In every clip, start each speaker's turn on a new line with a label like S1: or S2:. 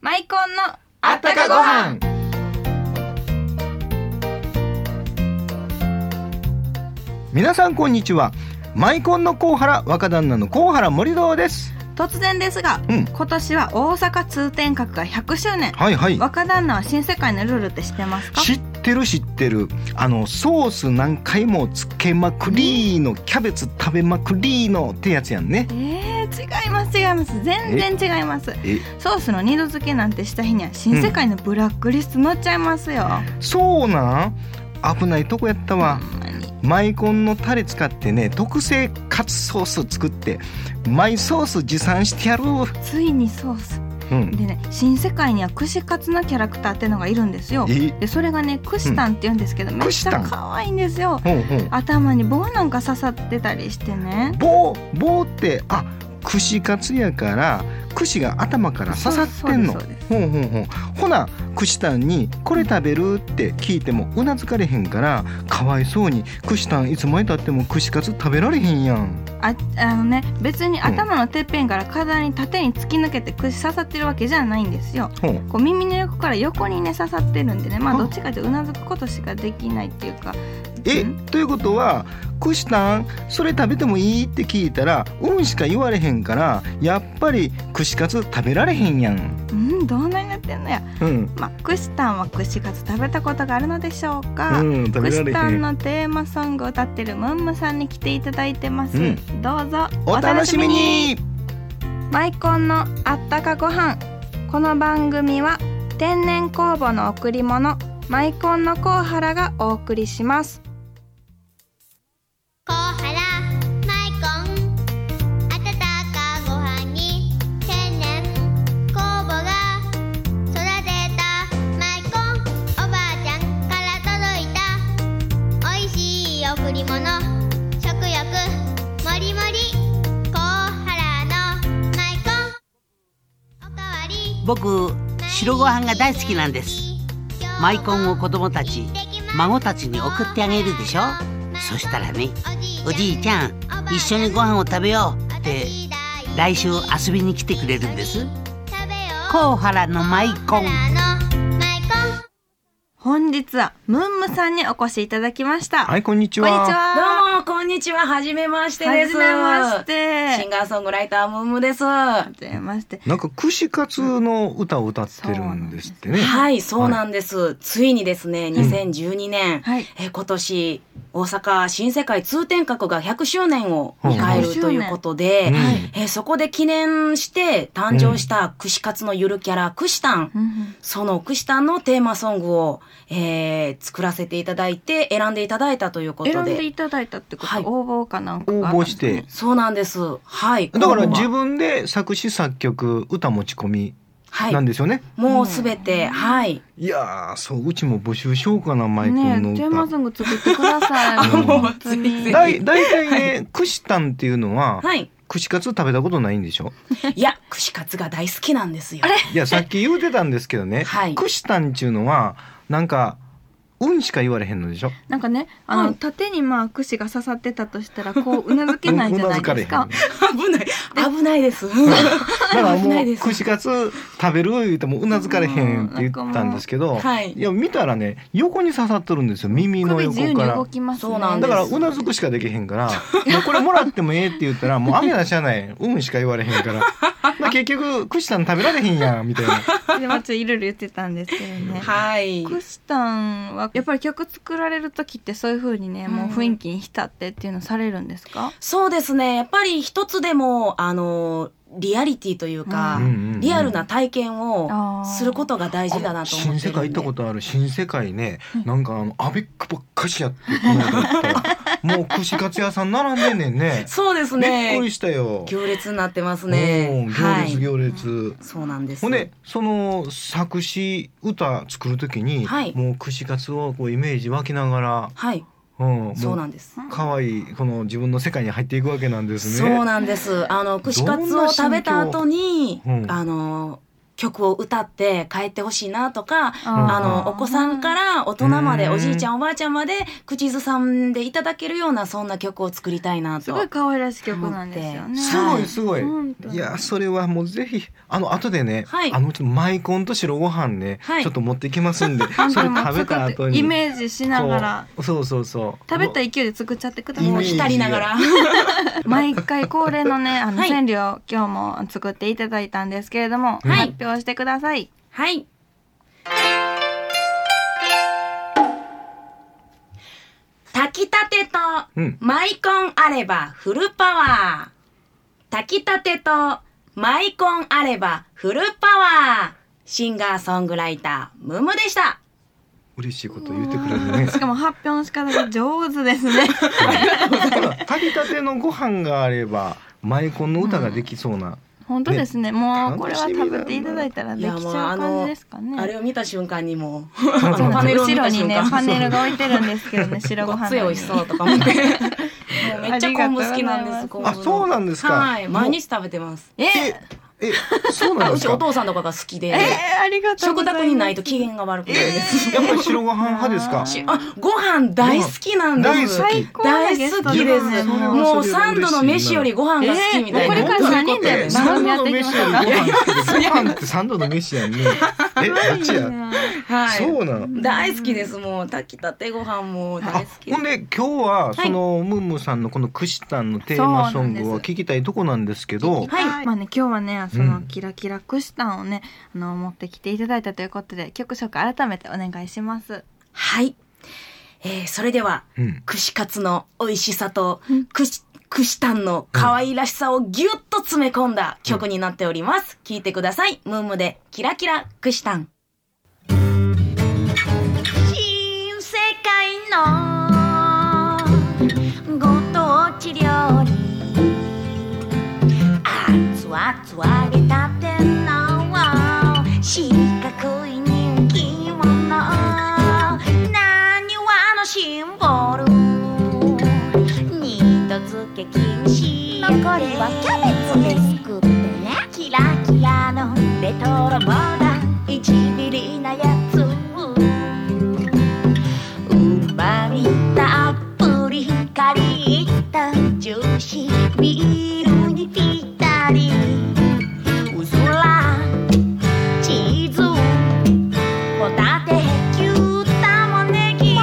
S1: マイコンの
S2: あったかご飯
S3: 皆さんこんにちはマイコンのコウハラ若旦那のコウハラ森堂です
S1: 突然ですが、
S3: うん
S1: 今年は大阪通天閣が100周年、
S3: はいはい
S1: 若旦那は新世界のルールって知ってますか
S3: 知ってる知ってるあのソース何回もつけまくりのキャベツ食べまくりのってやつやんね
S1: えー、違います違います全然違います
S3: え
S1: ソースの二度漬けなんてした日には新世界のブラックリスト載っちゃいますよ、
S3: そうなん危ないとこやったわ
S1: ほんまに
S3: マイコンのタレ使ってね特製カツソース作ってマイソース持参してやるう
S1: ついにソース
S3: ん
S1: でね新世界には串カツのキャラクターってのがいるんですよ
S3: え
S1: でそれがねクシタンって言うんですけど、めっ
S3: ク
S1: ち
S3: シタ
S1: ゃ
S3: ン
S1: 可愛いんですよ
S3: ほんほん
S1: 頭に棒なんか刺さってたりしてね
S3: 棒棒ってあ串カツやから串が頭から刺さってんの
S1: そうそうです
S3: ほんほんほんほな串タンに「これ食べる?」って聞いてもうなずかれへんからかわいそうに串タンいつまでたっても串カツ食べられへんやん
S1: ああのね別に頭のてっぺんから体に縦に突き抜けて串刺さってるわけじゃないんですよ
S3: ほん
S1: こう耳の横から横にね刺さってるんでねまあ
S3: あ
S1: どっちかってうなずくことしかできないっていうか
S3: え
S1: うん
S3: ということは串タンそれ食べてもいいって聞いたら「うん」しか言われへんからやっぱり串カツ食べられへんやん
S1: うんどうなになってんのや
S3: うん、
S1: まあ串タンは串カツ食べたことがあるのでしょうか、
S3: うん、食べ
S1: ク
S3: ら
S1: シ
S3: れ
S1: タ
S3: へ
S1: ン
S3: ん
S1: のテーマソングを歌ってるムンムさんに来ていただいてます、
S3: うん
S1: どうぞ
S3: お楽しみに
S1: マイコンのあったかご飯この番組は天然酵母の贈り物マイコンのコウハラがお送りします
S4: 小原マイコン温かご飯に天然酵母が育てたマイコンおばあちゃんから届いた美味しい贈り物食欲もりもり小原のマイコンおかわり
S2: 僕白ご飯が大好きなんですマイコンを子供たち孫たちに送ってあげるでしょそしたらねおじいちゃん一緒にご飯を食べようって来週遊びに来てくれるんです甲原のマイコン
S1: 本日はムンムさんにお越しいただきました、
S3: はいこんにち
S1: こんに
S3: は
S1: ち
S5: ど
S1: は
S5: うも、こんにちは。はじめまして
S1: は
S5: です。
S1: じめまし
S5: シン
S1: て
S5: ガーソングライター、ムームです。
S1: は
S5: は
S1: じめまして
S3: なんか串カツの歌を歌ってるんですってね。
S5: い、そうなんです。ついにですね、2012年、
S1: はい
S5: え今年、大阪新世界通天閣が100周年を迎
S1: 100
S5: える
S1: 周年
S5: ということで、
S3: うん
S5: えそこで記念して誕生した串カツのゆるキャラ、串タン。
S1: うん
S5: その串タンのテーマソングを、えー作らせていただいて、選んでいただいたということで。
S1: 選んでいただいたってこと、
S5: はい
S1: 応募かなんかがあったんですね
S3: 応募して
S5: そうなんです。はい。
S3: だから
S5: 今後は
S3: 自分で作詞作曲歌持ち込み
S5: はい
S3: なんですよね。
S5: もうすべて、はい。
S3: い、やーそううちも募集しようかなマイコンの
S1: ねえテーマ
S3: 歌。
S1: ソング作ってください
S5: あ
S3: もう
S1: 本当に
S5: ぜひぜ
S3: だい大体ね串タンっていうのは
S5: はい。
S3: 串カツ食べたことないんでしょ。
S5: いや、串カツが大好きなんですよ。あれ
S3: いやさっき言うてたんですけどね。
S5: はい
S3: 串タンっていうのはなんかうんしか言われへんのでしょ。
S1: なんかねあの、
S5: はい
S1: 縦にまあ串が刺さってたとしたらこううなずけないじゃないです
S3: う
S1: か
S3: んうなずれへん
S5: 危ない。危ないです。
S3: だから
S5: 危な
S3: も
S5: いで
S3: う
S5: す
S3: 串カツ食べる言うてもうなずかれへんって言ったんですけど、
S5: うんなんかもうはい
S3: や見たらね横に刺さってるんですよ耳の
S1: 首
S3: 横
S1: 自由に
S3: から
S1: 動。きますね
S5: そうなん
S3: だ
S5: です
S3: からうなずくしかできへんから まあこれもらってもええって言ったらもう雨なしゃないうんしか言われへん からまあ結局串さん食べられへんやんみたいな
S1: でまあちょっといろいろ言ってたんですけどね
S5: はい。
S1: クシタンはやっぱり曲作られる時ってそういう風にね、もう雰囲気に浸ってっていうのされるんですか
S5: そうですね。やっぱり一つでも、あの、リアリティというか
S1: うん
S3: うんうん、
S5: リアルな体験
S1: あー
S5: をすることが大事だなと思ってるん
S3: 新
S5: で。。
S3: 世界行ったこととある新世界ねなんかあのアベックばっかしやってこの間行 ったらもう串カツ屋さん並んでんねんね
S5: そうです
S3: びっ
S5: ね
S3: く。りしたよ
S5: 行列になってます
S3: うん
S5: ね。
S3: 行
S5: は
S3: 列
S5: い。
S3: 行列、
S5: そうなんです。
S3: ほんでその作詞歌作るときに、
S5: はい
S3: もう串カツをこうイメージ湧きながら、
S5: はい。
S3: うん、
S5: そうなんんです。
S3: 可愛いこの自分の世界に入っていくわけなんですね。
S5: そうなんです。あの、串カツを食べた後に
S3: う、ん
S5: あの、曲を歌って帰ってほしいなとか、
S1: あー
S5: あの、お子さんから大人まで、
S3: うん
S5: おじいちゃんおばあちゃんまで、口ずさんでいただけるような、そんな曲を作りたいな
S1: す
S5: と。
S1: ごい可愛らしい曲なんですよね。
S3: すごいすごい
S1: 本当。に
S3: いやそれはもうぜひあの後でね、
S5: はい
S3: あのちょっとマイコンと白ご飯ね、
S5: はい
S3: ちょっと持ってきますんで、
S1: 本
S3: そ
S1: 当
S3: れ
S1: にもう
S3: 食べた
S1: 作
S3: 後
S1: っ
S3: に
S1: イメージしながら
S3: そうそうそうそう
S1: 食べた勢いで作っちゃってくだ
S3: イ
S1: さ
S5: もう
S3: メー
S1: い
S3: ジ。
S5: 浸りながら。
S1: 毎回恒例 のねあの
S5: はい
S1: 川柳を今日も作っていただいたんですけれども、
S5: はい
S1: 発表してください。
S5: はい。炊きたてと
S3: うん
S5: マイコンあればフルパワー。炊きたてとマイコンあればフルパワー。シンガーソングライター、ムムでした。
S3: 嬉しいこと言ってくれ るね
S1: しかも発表の仕方が上手ですね。
S3: ほら炊きたてのご飯があればマイコンの歌ができそうな、
S1: 本当ですね。もうこれは
S3: 楽しみだな
S1: 食べていただいたらできちゃう感じですかね。
S5: あれを見た瞬間にもう、
S3: そうなんです
S5: ネルを
S1: 後
S5: 見
S1: ろ
S5: た
S1: に
S5: 瞬
S1: ね
S5: 間
S1: パネルが置いてるんですけど ね白
S5: ご
S1: ご
S5: っ
S1: 飯
S5: つい美
S1: の
S5: 味しそうとか思って。もうめっちゃ昆布好きなんで
S1: ありがと
S5: す、昆布
S3: あ
S5: の
S3: そうなんですか
S5: はい、
S3: もう
S5: 毎日食べてます。
S1: ええ
S3: えそうな
S5: あ
S3: ん
S5: う
S3: です
S5: ち
S3: か
S5: お父さんとかが好きで、
S1: ーありがとうご
S5: 食
S1: ざいます。
S5: 卓にないと機嫌が悪くなるんです。
S3: やっぱり白ご飯派ですか
S5: しあ、ご飯大好きなんです。
S3: 大
S1: 最
S3: 好き
S1: 高なゲスト
S5: 大好きです
S1: ねもう
S5: もうサンドの飯よりご飯が好きみたいな。
S1: えーもうこれから三人で
S3: サンドの飯よりご飯ご飯ってサンドの飯やんねえどっちや
S5: はい。
S3: そうなの
S5: 大好きです。もう炊きたてご飯も
S3: あ
S5: 大好き
S3: ほんで今日はそのムームーさんのこのクシタンのテーマソングを聞きたいとこなんですけど
S5: はい。
S1: まあね今日はねその
S3: うん
S1: キラキラクシタンをね、あの持ってきていただいたということで曲紹介改めてお願いします。
S5: はい。えー、それでは、
S3: うん
S5: 串カツの美味しさと
S1: うん、
S5: 串、串タンの可愛らしさをぎゅっと詰め込んだ曲になっております。聴いてください。ムームで、キラキラ串タン。
S4: 新世界のご当地料理熱々揚げたての四角い人気者なにわのシンボル二度漬け禁止残りはキャベツですくってねキラキラのレトロモダン一ビリなやつうまみたっぷりカリッとジューシービールにぴったりうずらチーズホタテ牛玉ねぎ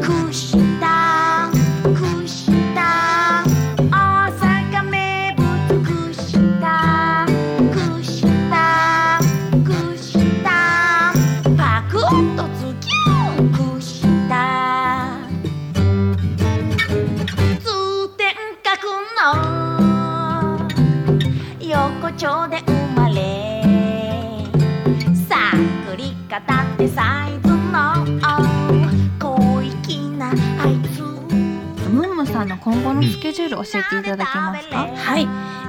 S4: くしたくした大阪名物くしたくしたくしたパクッとズキュンくした通天閣の横丁で生まれさっくり片手サイズの小粋なあいつ
S1: ムンムさんの今後のスケジュール教えていただけますか？
S5: はい、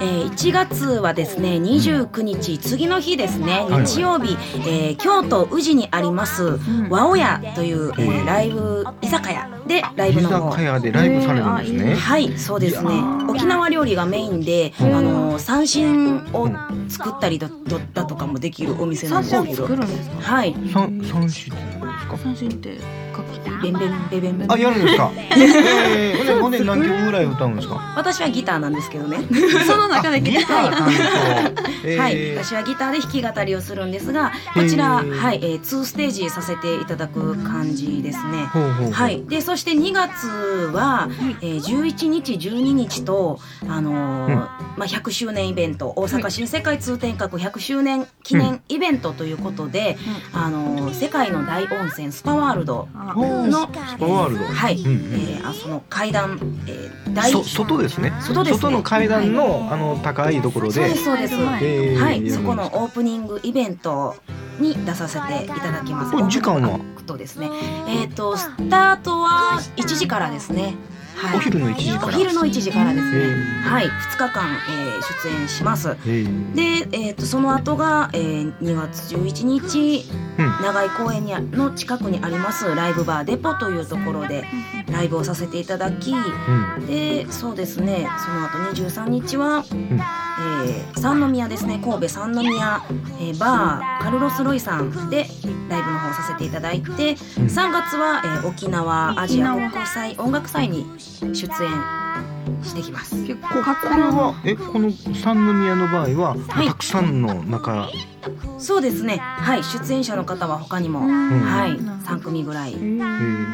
S5: えー、1月はですね29日次の日ですね
S3: はい
S5: 日曜日、えー京都宇治にあります
S1: ん
S5: 和おやという、え
S3: うん
S5: ーライブ居酒屋でライ
S3: 居
S5: ブの
S3: 酒
S5: 方
S3: 屋でライブされるんですね
S5: はいそうですね沖縄料理がメインで、あのー三振を作ったりだだだとかもできるお店なん
S1: 三
S5: で
S1: 振
S5: す
S1: を
S5: けど
S1: 作るんですか？
S5: はい
S3: 三三種ってどうですか
S1: 三振ってかっこい
S5: ベ
S1: い
S5: ンベンベベンベン
S3: あやるんですかえーほんでほんで何曲ぐらい歌うんですか
S5: 私はギターなんですけどね
S1: その中でギター。
S3: 担当
S5: はい、
S3: えー
S5: 私はギターで弾き語りをするんですがこちら、
S3: へー
S5: はいえー、2ステージさせていただく感じですね。
S3: ほうほうほう
S5: はい、でそして2月は、えー11日12日と、あのー
S3: うん
S5: まあ、100周年イベント大阪新世界通天閣100周年記念イベントということで、あのー世界の大温泉スパワールド
S1: あ
S3: ス
S5: の、
S3: パワールド
S5: はい
S3: うんうん
S5: えーあその階段、えー大
S3: そ外ですね
S5: 外ですね
S3: の階段の、あの高いところ
S5: そう
S3: で
S5: ですそうです、
S1: はい
S3: えー
S5: はい
S3: やるん、です
S5: そこのオープニングイベントに出させていただきます。
S3: これ時間は
S5: あとですね、えっ、とスタートは1時からですね。はい。
S3: お昼の1時から
S5: お昼の1時からですね。
S3: えー
S5: はい、2日間、えー出演します。
S3: えー
S5: で、えっ、とその後が、えー2月11日、
S3: うん
S5: 長井公園にあの近くにありますライブバーデポというところでライブをさせていただき、
S3: うん
S5: でそうですねその後23日は、
S3: ん
S5: ー三宮ですね神戸三宮、えーバーカルロス・ロイさんでライブの方させていただいて3月は、えー沖縄アジア国際音楽祭に出演してきます
S3: 結構これはえこの三宮の場合は、
S5: い
S3: たくさんの中
S5: そうですねはい出演者の方は他にも、
S1: ん
S5: はい、3組ぐらい
S3: え
S1: ー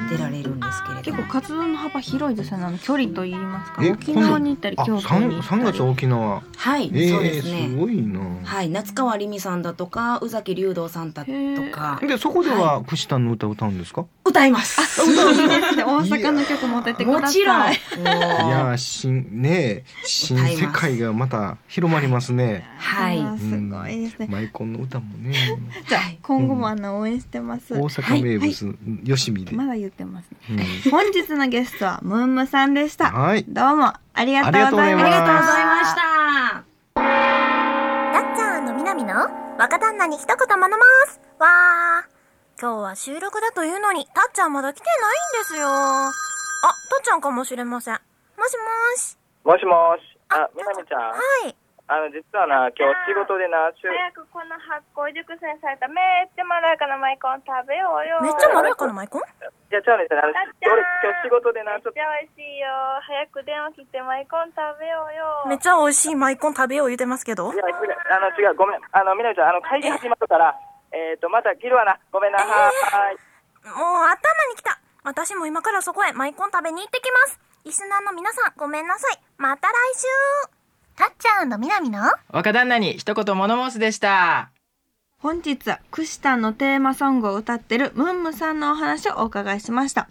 S3: ー
S5: 出られるんですけれど
S1: 結
S5: も
S1: 構活動の幅広いですよねあの距離といいますか
S3: え
S1: 沖縄に行ったり
S3: あ
S1: 京都に行ったり
S3: 三三月は沖縄
S5: はい、
S3: え
S5: そうで
S3: え
S5: すね
S3: すごいな、
S5: はい、夏川りみさんだとか宇崎竜童さんだとか
S3: でそこでは串田の歌を歌うんですか、
S5: 歌います。
S1: そうです ね大阪の曲持ってってください
S5: もちろん。
S3: い、や
S5: は
S3: ー新ねえ新世界がまた広まりますね
S5: はい
S1: あーすごいですね、
S3: マイコンの歌もね
S1: じゃあ今後もあの応援してます、
S3: 大阪名物、よしみで、
S1: まだ言ってますね
S3: うん
S1: 本日のゲストはムンムさんでした
S3: はい
S1: どうもありがとうございました
S3: ありがとうございます
S5: ありがとうございました。
S6: ガッチャーの南の若旦那に一言学ばます。わー。今日は収録だというのに、たっちゃんまだ来てないんですよ。あ、とっちゃんかもしれません。もしもーし。
S7: もしもーし。あ、みなみちゃん。
S6: はい。
S7: あの、実はな、今日仕事でな、週、
S8: 早くこの発酵熟成されためっちゃまろやかなマイコン食べようよ
S6: めっちゃまろやかなマイコン
S7: じゃちゃうねんちゃうねん
S8: だ
S7: あの
S8: っちゃー
S7: 俺、今日仕事でな、ち
S8: め
S7: ょ
S8: っちゃ美
S7: っ
S8: 味しいよ早く電話切ってマイコン食べようよ
S6: めっちゃ美味しいマイコン食べよう言うてますけど
S7: と、い。や、違う、あの、違う、ごめん。あの、みなみちゃん、あの、会議始まったから、えっ、と、また切るわな。ごめんな、はーい。
S6: もう頭に来た。私も今からそこへマイコン食べに行ってきます。リスナーの皆さんごめんなさい。また来週。たっちゃんの南の
S9: 若旦那に一言物申すでした。
S1: 本日はクシタンのテーマソングを歌ってるムンムさんのお話をお伺いしました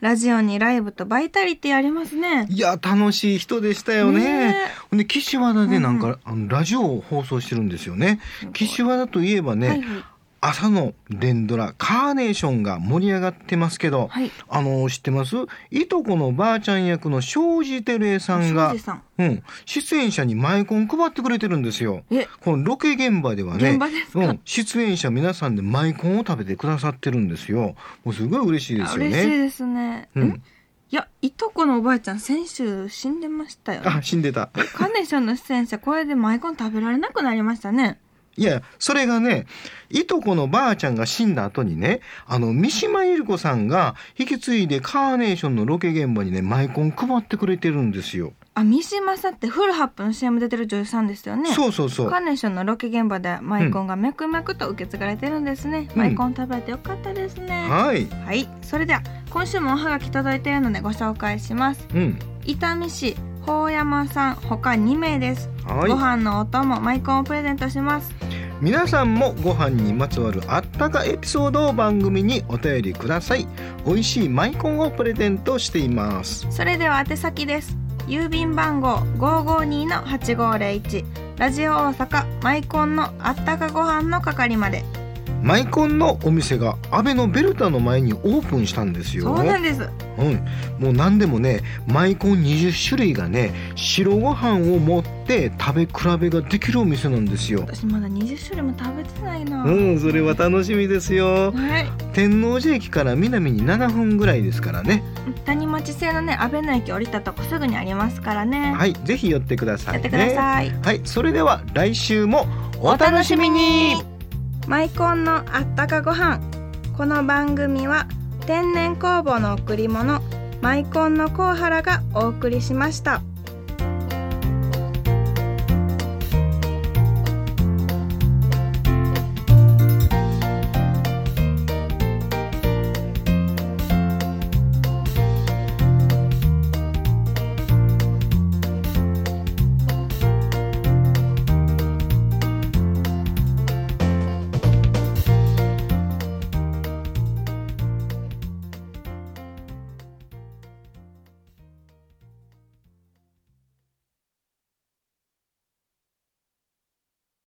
S1: ラジオにライブとバイタリティありますね
S3: いや楽しい人でしたよね。
S1: ね
S3: ほんで岸和田でなんか、あのラジオを放送してるんですよね。岸和田といえばね、
S1: はいはい
S3: 朝の連ドラカーネーションが盛り上がってますけど、
S1: はい
S3: あの知ってます？いとこのばあちゃん役の庄司照江さんが
S1: 庄司さん
S3: うん出演者にマイコン配ってくれてるんですよ。
S1: え
S3: このロケ現場ではね
S1: 現場ですか
S3: うん、出演者皆さんでマイコンを食べてくださってるんですよ。もうすごい嬉しいですよね。
S1: 嬉しいですね、
S3: うん
S1: んいやいとこのおばあちゃん先週死んでましたよ
S3: あ死んでた。
S1: カーネーションの出演者これでマイコン食べられなくなりましたね
S3: いや、それがね、いとこのばあちゃんが死んだ後にね、あの、三島由里子さんが引き継いでカーネーションのロケ現場にね、マイコン配ってくれてるんですよ。
S1: あ三島さんってフルハップの CM 出てる女優さんですよね
S3: そうそうそう
S1: カー。ネーションのロケ現場でマイコンが脈々と受け継がれてるんですね、
S3: うん
S1: マイコン食べれてよかったですね、
S3: はい。
S1: はい、それでは今週もおはがき届いているのでご紹介します
S3: うん。
S1: 伊丹市法山さん他2名です、
S3: はい
S1: ご飯のお供マイコンをプレゼントします
S3: 皆さんもご飯にまつわるあったかエピソードを番組にお便りください。美味しいマイコンをプレゼントしています。
S1: それでは宛先です郵便番号552-8501ラジオ大阪マイコンのあったかご飯の係まで
S3: マイコンのお店が安倍のベルタの前にオープンしたんですよ。
S1: そうなんです
S3: うん、もう何でもねマイコン20種類がね白ご飯を持って食べ比べができるお店なんですよ。
S1: 私まだ20種類も食べてないな、
S3: うん、それは楽しみですよ。
S1: はい
S3: 天王寺駅から南に7分ぐらいですからね。
S1: 谷町線のね安倍の駅降りたとこすぐにありますからね、
S3: はい、ぜひ寄ってください
S1: やっ
S3: ね。
S1: てください、
S3: はい、それでは来週もお楽しみに。
S1: マイコンのあったかご飯この番組は天然酵母の贈り物マイコンのコウハラがお送りしました。